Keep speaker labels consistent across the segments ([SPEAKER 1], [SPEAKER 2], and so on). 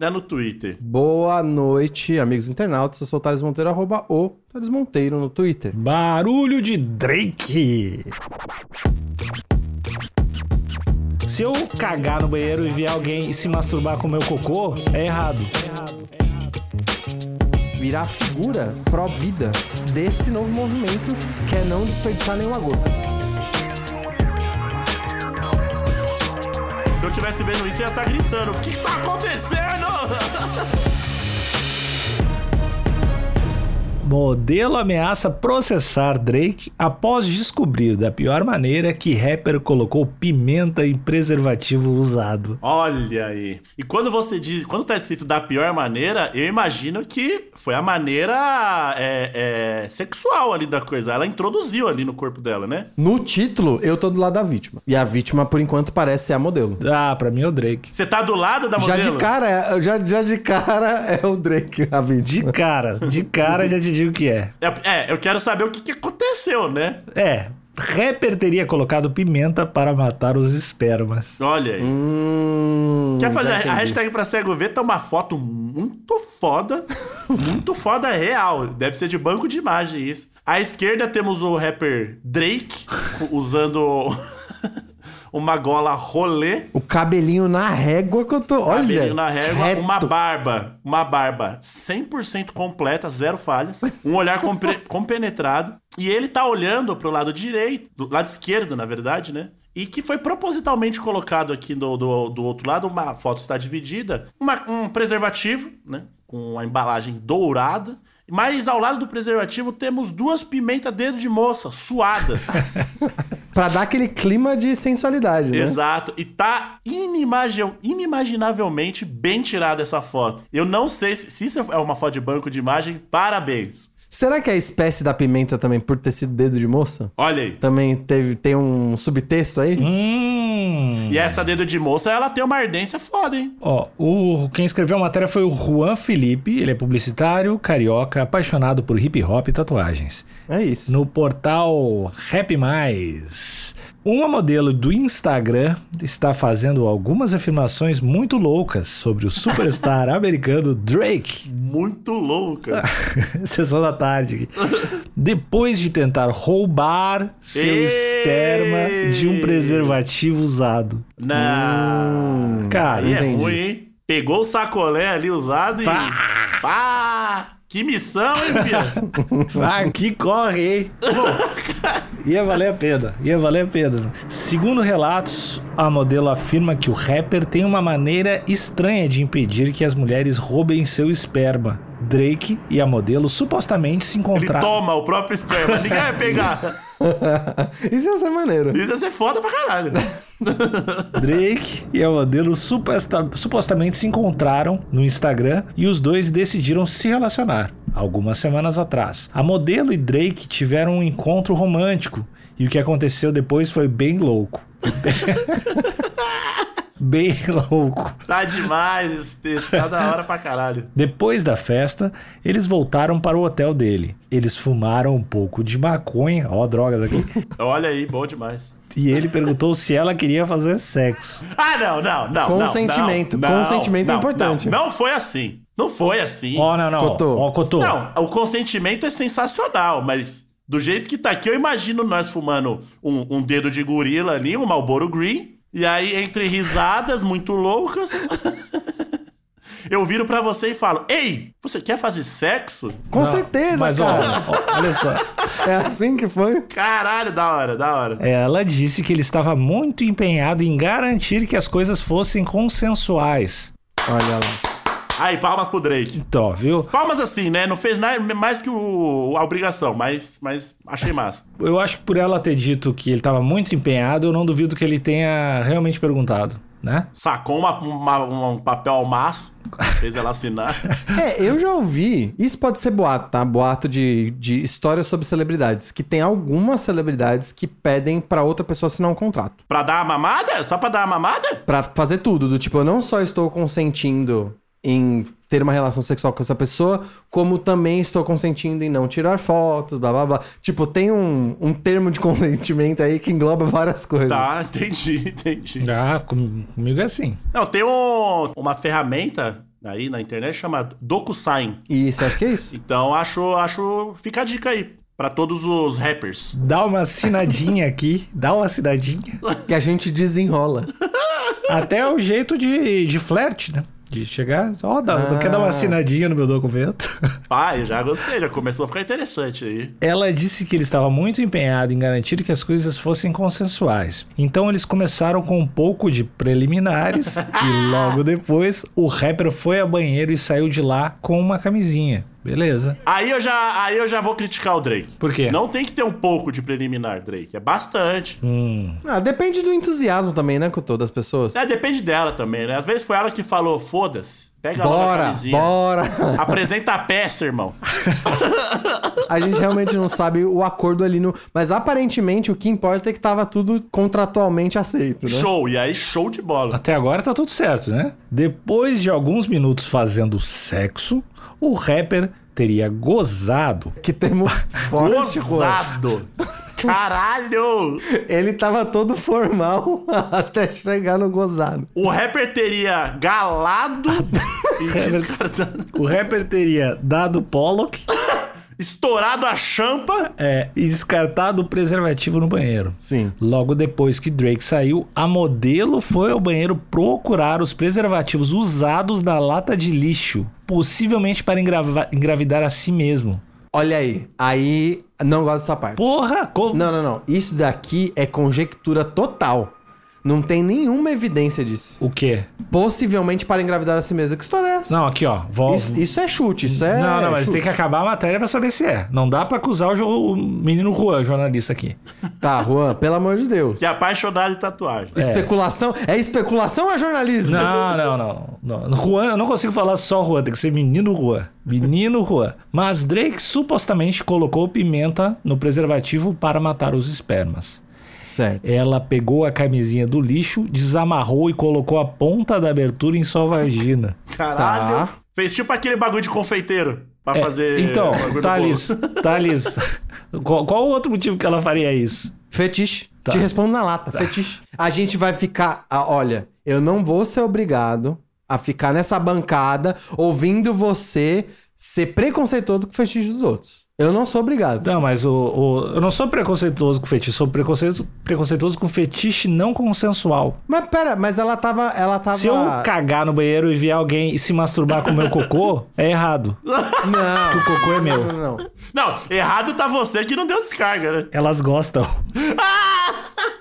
[SPEAKER 1] né, no Twitter.
[SPEAKER 2] Boa noite, amigos internautas. Eu sou o Thales Monteiro, arroba o Thales Monteiro no Twitter.
[SPEAKER 3] Barulho de Drake! Se eu cagar no banheiro e ver alguém se masturbar com meu cocô, é errado.
[SPEAKER 2] Virar figura pró-vida desse novo movimento que é não desperdiçar nenhuma gota.
[SPEAKER 1] Se eu tivesse vendo isso, eu ia estar gritando: O que, que tá acontecendo?
[SPEAKER 3] Modelo ameaça processar Drake após descobrir da pior maneira que rapper colocou pimenta em preservativo usado.
[SPEAKER 1] Olha aí. E quando você diz. Quando tá escrito da pior maneira, eu imagino que foi a maneira é, é, sexual ali da coisa. Ela introduziu ali no corpo dela, né?
[SPEAKER 2] No título, eu tô do lado da vítima. E a vítima, por enquanto, parece ser a modelo.
[SPEAKER 3] Ah, pra mim é o Drake.
[SPEAKER 1] Você tá do lado da
[SPEAKER 2] Já
[SPEAKER 1] modelo?
[SPEAKER 2] de cara, é- já, já de cara é o Drake, a
[SPEAKER 3] De
[SPEAKER 2] vítima.
[SPEAKER 3] cara, de cara já te digo que é.
[SPEAKER 1] É, é, eu quero saber o que, que aconteceu, né?
[SPEAKER 3] É, rapper teria colocado pimenta para matar os espermas.
[SPEAKER 1] Olha aí.
[SPEAKER 2] Hum,
[SPEAKER 1] Quer fazer
[SPEAKER 2] já
[SPEAKER 1] a- a
[SPEAKER 2] entendi.
[SPEAKER 1] hashtag pra cego ver? Tá uma foto muito foda. muito foda real. Deve ser de banco de imagem isso. À esquerda temos o rapper Drake usando uma gola rolê.
[SPEAKER 2] O cabelinho na régua que eu tô. Olha.
[SPEAKER 1] cabelinho na régua,
[SPEAKER 2] reto.
[SPEAKER 1] uma barba, uma barba 100% completa, zero falhas, um olhar compre- compenetrado, e ele tá olhando pro lado direito, do lado esquerdo, na verdade, né? E que foi propositalmente colocado aqui do, do, do outro lado, uma a foto está dividida, uma- um preservativo, né? Com a embalagem dourada. Mas ao lado do preservativo temos duas pimenta dedo de moça, suadas.
[SPEAKER 2] Pra dar aquele clima de sensualidade, né?
[SPEAKER 1] Exato. E tá inimagin- inimaginavelmente bem tirada essa foto. Eu não sei se, se isso é uma foto de banco de imagem, parabéns.
[SPEAKER 2] Será que a espécie da pimenta também, por ter sido dedo de moça?
[SPEAKER 1] Olha aí.
[SPEAKER 2] Também teve, tem um subtexto aí?
[SPEAKER 3] Hum.
[SPEAKER 1] E essa dedo de moça, ela tem uma ardência foda, hein?
[SPEAKER 3] Ó, o, quem escreveu a matéria foi o Juan Felipe, ele é publicitário, carioca, apaixonado por hip hop e tatuagens.
[SPEAKER 2] É isso.
[SPEAKER 3] no portal Rap Mais. Uma modelo do Instagram está fazendo algumas afirmações muito loucas sobre o superstar americano Drake.
[SPEAKER 1] Muito louca.
[SPEAKER 3] Sessão da tarde. Depois de tentar roubar seu
[SPEAKER 1] Ei!
[SPEAKER 3] esperma de um preservativo usado.
[SPEAKER 1] Não.
[SPEAKER 3] Cara,
[SPEAKER 1] Aí é
[SPEAKER 2] Hum, entendi.
[SPEAKER 1] ruim, hein? Pegou o sacolé ali usado e. Pá! Que missão, hein, Bia?
[SPEAKER 3] Aqui Ah, corre, hein? Bom, ia valer a pena, ia valer a pena. Segundo relatos, a modelo afirma que o rapper tem uma maneira estranha de impedir que as mulheres roubem seu esperma. Drake e a modelo supostamente se
[SPEAKER 1] Ele
[SPEAKER 3] encontraram.
[SPEAKER 1] toma o próprio esperma. Ninguém vai pegar.
[SPEAKER 2] Isso ia ser maneiro.
[SPEAKER 1] Isso ia ser foda pra caralho.
[SPEAKER 3] Drake e a modelo suposta- supostamente se encontraram no Instagram e os dois decidiram se relacionar algumas semanas atrás. A modelo e Drake tiveram um encontro romântico e o que aconteceu depois foi bem louco. bem louco.
[SPEAKER 1] Tá demais esse texto. Tá da hora pra caralho.
[SPEAKER 3] Depois da festa, eles voltaram para o hotel dele. Eles fumaram um pouco de maconha, ó, drogas aqui.
[SPEAKER 1] Olha aí, bom demais.
[SPEAKER 3] E ele perguntou se ela queria fazer sexo.
[SPEAKER 1] Ah, não, não, não. não,
[SPEAKER 2] Consentimento.
[SPEAKER 1] não, não,
[SPEAKER 2] Consentimento é
[SPEAKER 1] não,
[SPEAKER 2] importante.
[SPEAKER 1] Não, não foi assim. Não foi assim.
[SPEAKER 3] Ó, não, não.
[SPEAKER 2] Cotô.
[SPEAKER 3] Ó, Cotô.
[SPEAKER 1] Não, o consentimento é sensacional, mas do jeito que tá aqui, eu imagino nós fumando um, um dedo de gorila ali, um Malboro Green. E aí, entre risadas muito loucas, eu viro pra você e falo: Ei, você quer fazer sexo?
[SPEAKER 2] Com
[SPEAKER 3] Não,
[SPEAKER 2] certeza,
[SPEAKER 3] mas, ó,
[SPEAKER 2] cara.
[SPEAKER 3] ó, olha só.
[SPEAKER 2] É assim que foi?
[SPEAKER 1] Caralho, da hora, da hora.
[SPEAKER 3] É, Ela disse que ele estava muito empenhado em garantir que as coisas fossem consensuais.
[SPEAKER 2] Olha lá.
[SPEAKER 1] Aí, palmas pro Drake.
[SPEAKER 3] Então, viu?
[SPEAKER 1] Palmas assim, né? Não fez nada mais que o, a obrigação, mas, mas achei massa.
[SPEAKER 3] Eu acho que por ela ter dito que ele estava muito empenhado, eu não duvido que ele tenha realmente perguntado. né?
[SPEAKER 1] Sacou uma, uma- um papel almaço, fez ela assinar.
[SPEAKER 2] É, eu já ouvi. Isso pode ser boato, tá? Boato de, de histórias sobre celebridades. Que tem algumas celebridades que pedem pra outra pessoa assinar um contrato.
[SPEAKER 1] pra dar a mamada? Só pra dar a mamada?
[SPEAKER 2] Pra fazer tudo. Do tipo, eu não só estou consentindo em ter uma relação sexual com essa pessoa, como também estou consentindo em não tirar fotos, blá blá blá. Tipo, tem um, um termo de consentimento aí que engloba várias coisas.
[SPEAKER 1] Tá,
[SPEAKER 3] é.
[SPEAKER 1] entendi, entendi.
[SPEAKER 3] Ah, com- comigo é assim.
[SPEAKER 1] Não, tem um- uma ferramenta aí na internet chamada DocuSign.
[SPEAKER 2] E isso, acho que é isso.
[SPEAKER 1] Então, acho, acho... Fica a dica aí pra todos os rappers.
[SPEAKER 3] Dá uma assinadinha aqui, dá uma assinadinha.
[SPEAKER 2] que a gente desenrola.
[SPEAKER 3] Até o jeito de, de flerte, né? De chegar, ó, dá-
[SPEAKER 2] Ah.
[SPEAKER 3] quer dar uma assinadinha no meu documento?
[SPEAKER 1] Pai, já gostei, já começou a ficar interessante aí.
[SPEAKER 3] Ela disse que ele estava muito empenhado em garantir que as coisas fossem consensuais. Então eles começaram com um pouco de preliminares e logo depois o rapper foi ao banheiro e saiu de lá com uma camisinha. Beleza.
[SPEAKER 1] Aí eu já, aí eu já vou criticar o Drake.
[SPEAKER 3] Por quê?
[SPEAKER 1] Não tem que ter um pouco de preliminar, Drake. É bastante.
[SPEAKER 3] Hum,
[SPEAKER 2] Ah, depende do entusiasmo também, né, Couto, das pessoas.
[SPEAKER 1] É, depende dela também, né? Às vezes foi ela que falou, foda-se, pega logo a
[SPEAKER 2] Bora,
[SPEAKER 1] camisinha.
[SPEAKER 2] bora.
[SPEAKER 1] Apresenta a peça, irmão.
[SPEAKER 2] A gente realmente não sabe o acordo ali no... Mas aparentemente o que importa é que tava tudo contratualmente aceito, né?
[SPEAKER 1] Show. E aí, show de bola.
[SPEAKER 3] até agora tá tudo certo, né? Depois de alguns minutos fazendo sexo, o rapper teria gozado.
[SPEAKER 2] Que termo forte, Juan.
[SPEAKER 1] Gozado. Caralho!
[SPEAKER 2] Ele tava todo formal até chegar no gozado.
[SPEAKER 1] O rapper teria galado e descartado.
[SPEAKER 3] O rapper teria dado Pollock
[SPEAKER 1] Estourado a champa.
[SPEAKER 3] é, e descartado o preservativo no banheiro.
[SPEAKER 2] Sim.
[SPEAKER 3] Logo depois que Drake saiu, a modelo foi ao banheiro procurar os preservativos usados na lata de lixo, possivelmente para engrava- engravidar a si mesmo.
[SPEAKER 2] Olha aí. Aí, não gosto dessa parte.
[SPEAKER 3] Porra, como?
[SPEAKER 2] Não, não, não. Isso daqui é conjectura total. Não tem nenhuma evidência disso.
[SPEAKER 3] O quê?
[SPEAKER 2] Possivelmente para engravidar a si mesma. Que história é essa?
[SPEAKER 3] Não, aqui ó, volta.
[SPEAKER 2] Isso, isso é chute, isso é.
[SPEAKER 3] não, não, mas
[SPEAKER 2] chute.
[SPEAKER 3] tem que acabar a matéria pra saber se é. Não dá pra acusar o, jo- o menino Juan, jornalista aqui.
[SPEAKER 2] Tá, Juan, pelo amor de Deus.
[SPEAKER 1] E apaixonado de tatuagem.
[SPEAKER 2] Especulação. É especulação ou é jornalismo?
[SPEAKER 3] Não, não, não, não. Juan, eu não consigo falar só Juan, tem que ser menino Juan. Menino Juan. Mas Drake supostamente colocou pimenta no preservativo para matar os espermas.
[SPEAKER 2] Certo.
[SPEAKER 3] Ela pegou a camisinha do lixo, desamarrou e colocou a ponta da abertura em sua vagina.
[SPEAKER 1] Caralho.
[SPEAKER 2] Tá.
[SPEAKER 1] Fez tipo aquele bagulho de confeiteiro. Pra
[SPEAKER 3] É,
[SPEAKER 1] fazer.
[SPEAKER 3] então,
[SPEAKER 1] bagulho no
[SPEAKER 3] Thales,
[SPEAKER 1] bolo.
[SPEAKER 3] Thales, qual, qual o outro motivo que ela faria isso?
[SPEAKER 2] Fetiche.
[SPEAKER 3] Tá.
[SPEAKER 2] Te respondo na lata. Fetiche. A gente vai ficar. ah, olha, eu não vou ser obrigado a ficar nessa bancada ouvindo você ser preconceituoso com o fetiche dos outros. Eu não sou obrigado.
[SPEAKER 3] Não, mas o, o- eu não sou preconceituoso com fetiche, sou preconceito, preconceituoso com fetiche não consensual.
[SPEAKER 2] Mas pera, mas ela tava. Ela tava.
[SPEAKER 3] Se eu cagar no banheiro e ver alguém e se masturbar com o meu cocô, é errado.
[SPEAKER 2] Não.
[SPEAKER 3] O cocô é
[SPEAKER 2] Não,
[SPEAKER 3] meu.
[SPEAKER 2] não, não.
[SPEAKER 1] Não, errado tá você que não deu descarga, né?
[SPEAKER 3] Elas gostam.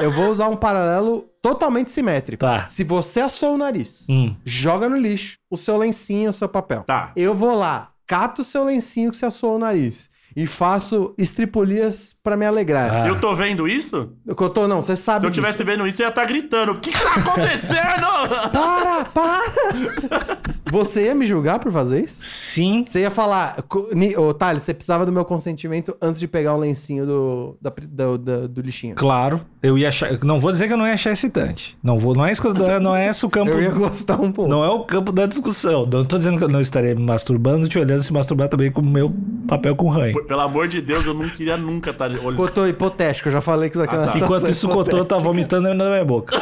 [SPEAKER 2] Eu vou usar um paralelo totalmente simétrico.
[SPEAKER 3] Tá.
[SPEAKER 2] Se você assou o nariz,
[SPEAKER 3] Hum.
[SPEAKER 2] joga no lixo o seu lencinho, o seu papel.
[SPEAKER 1] Tá.
[SPEAKER 2] Eu vou lá, cato o seu lencinho que você assou o nariz e faço estripulias pra me alegrar.
[SPEAKER 3] Ah.
[SPEAKER 1] Eu tô vendo isso?
[SPEAKER 2] Eu Cotô, não, você sabe
[SPEAKER 1] Se eu
[SPEAKER 2] disso.
[SPEAKER 1] tivesse vendo isso, eu ia estar gritando. O que, que tá acontecendo?
[SPEAKER 2] Para, para! você ia me julgar por fazer isso?
[SPEAKER 3] Sim,
[SPEAKER 2] Você ia falar, co- Ni- ô Thales, você precisava do meu consentimento antes de pegar o lencinho do, da pri- do, da- do lixinho.
[SPEAKER 3] claro. Eu ia achar. Não vou dizer que eu não ia achar excitante. Não vou. Não é isso que eu- não é isso o campo
[SPEAKER 2] Eu ia gostar um pouco.
[SPEAKER 3] Não é o campo da discussão. Não tô dizendo que eu não estaria me masturbando, te olhando se masturbar também com o meu papel com ranho.
[SPEAKER 1] Pô, Pelo amor de Deus, eu não queria nunca tá estar olhando.
[SPEAKER 2] Cotô hipotético, eu já falei que isso aqui é
[SPEAKER 1] Ah,
[SPEAKER 2] uma
[SPEAKER 1] tá.
[SPEAKER 2] situação
[SPEAKER 3] Enquanto isso, o Cotô tá vomitando na minha boca.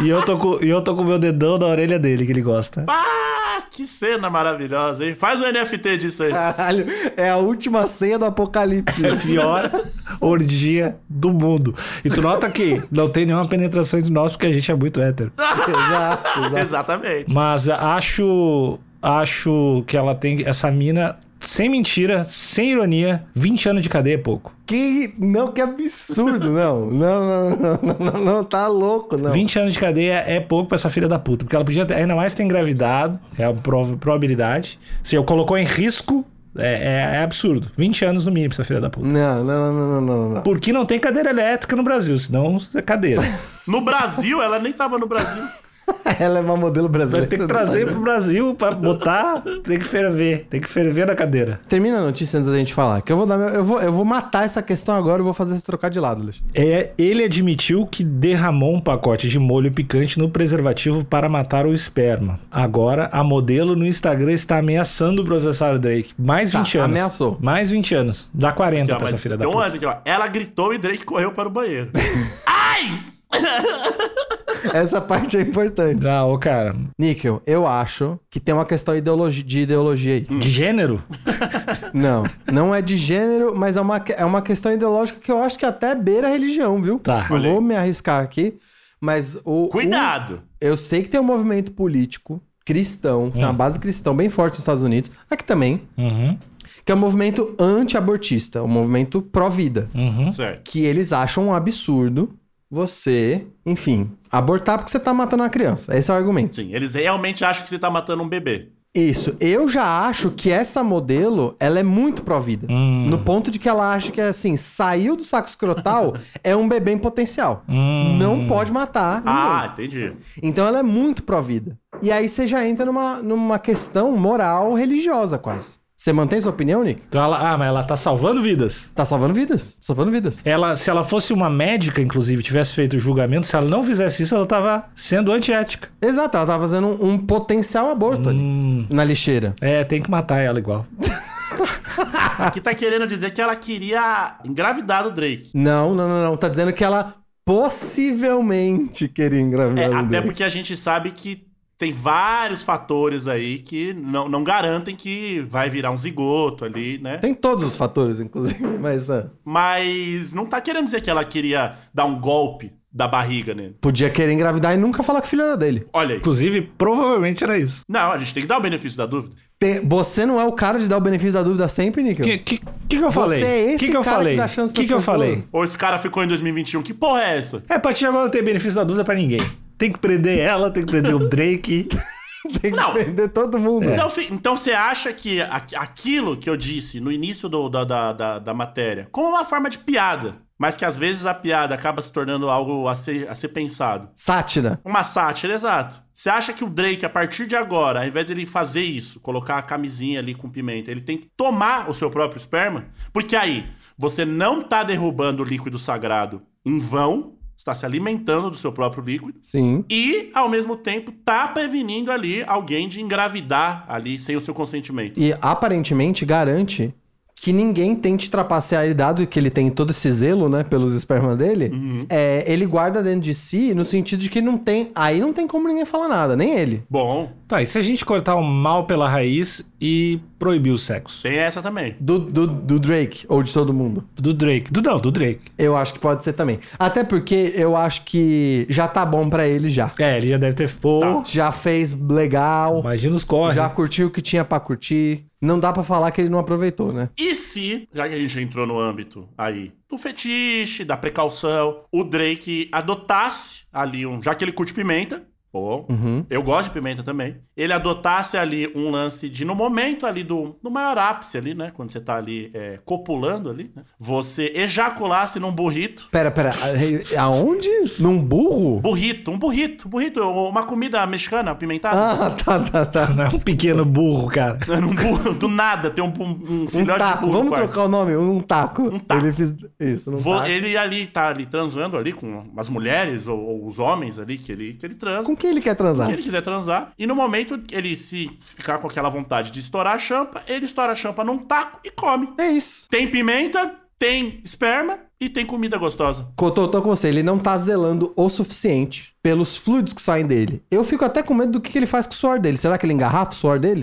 [SPEAKER 3] E eu, tô com, e eu tô com o meu dedão na orelha dele, que ele gosta.
[SPEAKER 1] Ah, que cena maravilhosa, hein? Faz um NFT disso
[SPEAKER 3] Ah,
[SPEAKER 1] aí.
[SPEAKER 2] Caralho, é a última ceia do apocalipse.
[SPEAKER 3] É a pior orgia do mundo. E tu nota que não tem nenhuma penetração entre nós, porque a gente é muito hétero.
[SPEAKER 2] exato, exato.
[SPEAKER 1] Exatamente.
[SPEAKER 3] Mas acho, acho que ela tem essa mina, sem mentira, sem ironia, 20 anos de cadeia é pouco.
[SPEAKER 2] Que, não, que absurdo, não. Não, não, não, não, não, não, tá louco, não.
[SPEAKER 3] 20 anos de cadeia é pouco pra essa filha da puta, porque ela podia ter- ainda mais ter engravidado, que é uma prova- probabilidade. Se eu colocou em risco É, é- é absurdo. 20 anos no mínimo, essa filha da puta.
[SPEAKER 2] Não, não, não, não, não, não.
[SPEAKER 3] Porque não tem cadeira elétrica no Brasil, senão é cadeira.
[SPEAKER 1] No Brasil, ela nem tava no Brasil.
[SPEAKER 2] Ela é uma modelo
[SPEAKER 3] Vai
[SPEAKER 2] brasileira.
[SPEAKER 3] ter que trazer pro Brasil pra botar, tem que ferver, tem que ferver na cadeira.
[SPEAKER 2] Termina a notícia antes da gente falar. Que eu vou dar meu- eu, vou, eu vou matar essa questão agora e vou fazer você trocar de lado, Luiz.
[SPEAKER 3] É, ele admitiu que derramou um pacote de molho picante no preservativo para matar o esperma. Agora, a modelo no Instagram está ameaçando processar o Drake. Mais
[SPEAKER 2] Tá,
[SPEAKER 3] 20 anos.
[SPEAKER 2] ameaçou.
[SPEAKER 3] Mais 20 anos. Dá 40
[SPEAKER 1] Aqui, ó,
[SPEAKER 3] pra essa
[SPEAKER 1] mas
[SPEAKER 3] filha
[SPEAKER 1] tem
[SPEAKER 3] da
[SPEAKER 1] um
[SPEAKER 3] puta. Uh?
[SPEAKER 1] antes aqui, ó. Ela gritou e Drake correu para o banheiro.
[SPEAKER 2] Essa parte é importante.
[SPEAKER 3] Ah, ô cara.
[SPEAKER 2] Níquel, eu acho que tem uma questão ideologi- de ideologia aí.
[SPEAKER 3] De gênero?
[SPEAKER 2] Não, não é de gênero, mas é uma, que- é uma questão ideológica que eu acho que até beira a religião, viu?
[SPEAKER 3] Tá.
[SPEAKER 2] Eu vou me arriscar aqui, mas o...
[SPEAKER 1] Cuidado!
[SPEAKER 2] o- eu sei que tem um movimento político cristão, tem
[SPEAKER 3] Hum.
[SPEAKER 2] uma base cristã bem forte nos Estados Unidos, aqui também,
[SPEAKER 3] Uhum,
[SPEAKER 2] que é um movimento anti-abortista, um movimento pró-vida,
[SPEAKER 3] uhum.
[SPEAKER 1] Certo.
[SPEAKER 2] que eles acham um absurdo você, enfim, abortar porque você tá matando uma criança. Esse é o argumento.
[SPEAKER 1] Sim, eles realmente acham que você tá matando um bebê.
[SPEAKER 2] Isso, eu já acho que essa modelo, ela é muito pró-vida.
[SPEAKER 3] Hum.
[SPEAKER 2] No ponto de que ela acha que, assim, saiu do saco escrotal, é um bebê em potencial.
[SPEAKER 3] Hum.
[SPEAKER 2] Não pode matar
[SPEAKER 3] Uh?
[SPEAKER 2] ninguém.
[SPEAKER 1] Ah, entendi.
[SPEAKER 2] Então ela é muito pró-vida. E aí você já entra numa, numa questão moral religiosa, quase. Você mantém sua opinião, Nick?
[SPEAKER 3] Então ela- ah, mas ela tá salvando vidas.
[SPEAKER 2] Tá salvando vidas. Salvando vidas.
[SPEAKER 3] Ela, se ela fosse uma médica, inclusive, tivesse feito o julgamento, se ela não fizesse isso, ela tava sendo antiética.
[SPEAKER 2] Exato, ela tá fazendo um, um potencial aborto
[SPEAKER 3] Hum.
[SPEAKER 2] ali. Na lixeira.
[SPEAKER 3] É, tem que matar ela igual. Ah.
[SPEAKER 1] Aqui tá querendo dizer que ela queria engravidar o Drake.
[SPEAKER 2] Não, não, não, não. Tá dizendo que ela possivelmente queria engravidar. um
[SPEAKER 1] É,
[SPEAKER 2] o
[SPEAKER 1] até
[SPEAKER 2] bebê.
[SPEAKER 1] porque a gente sabe que tem vários fatores aí que não, não garantem que vai virar um zigoto ali, né?
[SPEAKER 2] Tem todos os fatores, inclusive, mas ah,
[SPEAKER 1] Mas não tá querendo dizer que ela queria dar um golpe da barriga nele.
[SPEAKER 2] podia querer engravidar e nunca falar que o filho era dele.
[SPEAKER 1] Olha aí.
[SPEAKER 3] Inclusive, provavelmente era isso.
[SPEAKER 1] Não, a gente tem que dar o benefício da dúvida.
[SPEAKER 2] Tem- você não é o cara de dar o benefício da dúvida sempre, Nico?
[SPEAKER 3] O que, que, que que eu falei?
[SPEAKER 2] Você é
[SPEAKER 3] O
[SPEAKER 2] esse
[SPEAKER 3] que, que eu
[SPEAKER 2] cara
[SPEAKER 3] falei?
[SPEAKER 2] que dá chance
[SPEAKER 3] O que,
[SPEAKER 2] pras
[SPEAKER 3] que eu
[SPEAKER 2] pessoas.
[SPEAKER 3] falei?
[SPEAKER 1] Ou esse cara ficou em 2021, que porra é essa?
[SPEAKER 3] É, a partir de agora não tem benefício da dúvida pra ninguém. Tem que prender ela, tem que prender o Drake.
[SPEAKER 2] Tem que
[SPEAKER 1] Não.
[SPEAKER 2] prender todo mundo.
[SPEAKER 1] Então, fi- então você acha que a- aquilo que eu disse no início do- da, da, da, da matéria, como uma forma de piada, mas que às vezes a piada acaba se tornando algo a ser, a ser pensado.
[SPEAKER 2] Sátira.
[SPEAKER 1] Uma sátira, exato. Você acha que o Drake, a partir de agora, ao invés de ele fazer isso, colocar a camisinha ali com pimenta, ele tem que tomar o seu próprio esperma? Porque aí, você não tá derrubando o líquido sagrado em vão, está se alimentando do seu próprio líquido,
[SPEAKER 2] Sim.
[SPEAKER 1] e, ao mesmo tempo, tá prevenindo ali alguém de engravidar ali sem o seu consentimento.
[SPEAKER 2] E aparentemente garante que ninguém tente trapacear ele, dado que ele tem todo esse zelo, né, pelos espermas dele. É, ele guarda dentro de si no sentido de que não tem. Aí não tem como ninguém falar nada, nem ele.
[SPEAKER 1] Bom,
[SPEAKER 3] Tá, e se a gente cortar o mal pela raiz e proibir o sexo?
[SPEAKER 1] tem essa também.
[SPEAKER 2] Do, do, do Drake, ou de todo mundo.
[SPEAKER 3] Do Drake. Do, não, do Drake.
[SPEAKER 2] Eu acho que pode ser também. Até porque eu acho que já tá bom pra ele já.
[SPEAKER 3] É, ele já deve ter fogo.
[SPEAKER 2] Já fez legal,
[SPEAKER 3] Imagina os corre.
[SPEAKER 2] já curtiu o que tinha pra curtir. Não dá pra falar que ele não aproveitou, né?
[SPEAKER 1] E se, já que a gente entrou no âmbito aí do fetiche, da precaução, o Drake adotasse ali um. Já que ele curte pimenta, pô,
[SPEAKER 2] Uhum.
[SPEAKER 1] eu gosto de pimenta também. Ele adotasse ali um lance de, no momento ali do. No maior ápice ali, né? Quando você tá ali é, copulando ali, né? Você ejaculasse num burrito.
[SPEAKER 2] Pera, pera, a- aonde? Num burro?
[SPEAKER 1] Burrito, um burrito, burrito, uma comida mexicana apimentada.
[SPEAKER 2] Ah, tá, tá, tá.
[SPEAKER 3] Não é um pequeno burro, cara.
[SPEAKER 1] Num burro, do nada, tem um, um, um
[SPEAKER 2] Ah. Um
[SPEAKER 1] filhote de
[SPEAKER 2] taco,
[SPEAKER 1] burro. no
[SPEAKER 2] vamos
[SPEAKER 1] quarto.
[SPEAKER 2] trocar o nome, um taco. Um
[SPEAKER 1] taco.
[SPEAKER 2] Ele fez isso, um
[SPEAKER 1] Vo-
[SPEAKER 2] taco.
[SPEAKER 1] Ele ali tá ali transando ali com as mulheres ou, ou os homens ali que ele, que ele transa.
[SPEAKER 2] Com quem ele quer transar?
[SPEAKER 1] Se ele quiser transar. E no momento ele se ficar com aquela vontade de estourar a champa, ele estoura a champa num taco e come.
[SPEAKER 2] É isso.
[SPEAKER 1] Tem pimenta, tem esperma e tem comida gostosa.
[SPEAKER 2] Cotô, eu tô com você, ele não tá zelando o suficiente pelos fluidos que saem dele. Eu fico até com medo do que que ele faz com o suor dele. Será que ele engarrafa o suor dele?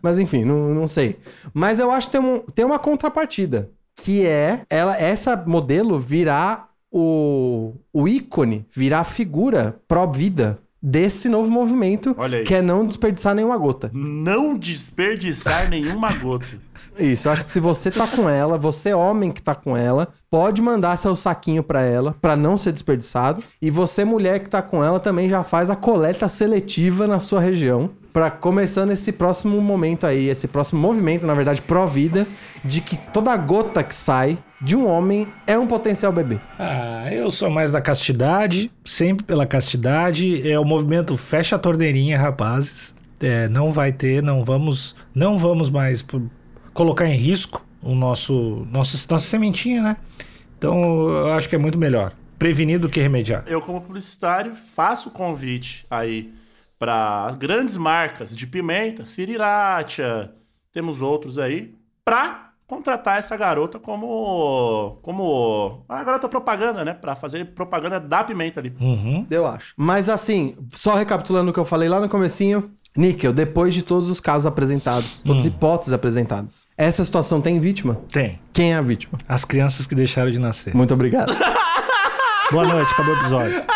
[SPEAKER 2] Mas enfim, não, não sei. Mas eu acho que tem, um- tem uma contrapartida, que é ela essa modelo virar o, o ícone, virar a figura pró-vida desse novo movimento,
[SPEAKER 1] Olha aí.
[SPEAKER 2] que é não desperdiçar nenhuma gota.
[SPEAKER 1] Não desperdiçar nenhuma gota.
[SPEAKER 2] Isso, eu acho que se você tá com ela, você homem que tá com ela, pode mandar seu saquinho pra ela, pra não ser desperdiçado. E você mulher que tá com ela também já faz a coleta seletiva na sua região, pra começando esse próximo momento aí, esse próximo movimento, na verdade, pró-vida, de que toda gota que sai de um homem é um potencial bebê.
[SPEAKER 3] Ah, eu sou mais da castidade, sempre pela castidade. É o movimento fecha a torneirinha, rapazes. É, não vai ter, não vamos, não vamos mais p- colocar em risco o nosso, nosso nossa sementinha, né? Então, eu acho que é muito melhor prevenir do que remediar.
[SPEAKER 1] Eu, como publicitário, faço o convite aí para grandes marcas de pimenta, Siriracha, temos outros aí, para contratar essa garota como como a garota propaganda, né? Para fazer propaganda da pimenta ali.
[SPEAKER 3] Uhum.
[SPEAKER 2] Eu acho. Mas assim, só recapitulando o que eu falei lá no comecinho, Níquel, depois de todos os casos apresentados, todas as hipóteses apresentadas, essa situação tem vítima?
[SPEAKER 3] Tem.
[SPEAKER 2] Quem é a vítima?
[SPEAKER 3] As crianças que deixaram de nascer.
[SPEAKER 2] Muito obrigado.
[SPEAKER 3] Boa noite, acabou o episódio.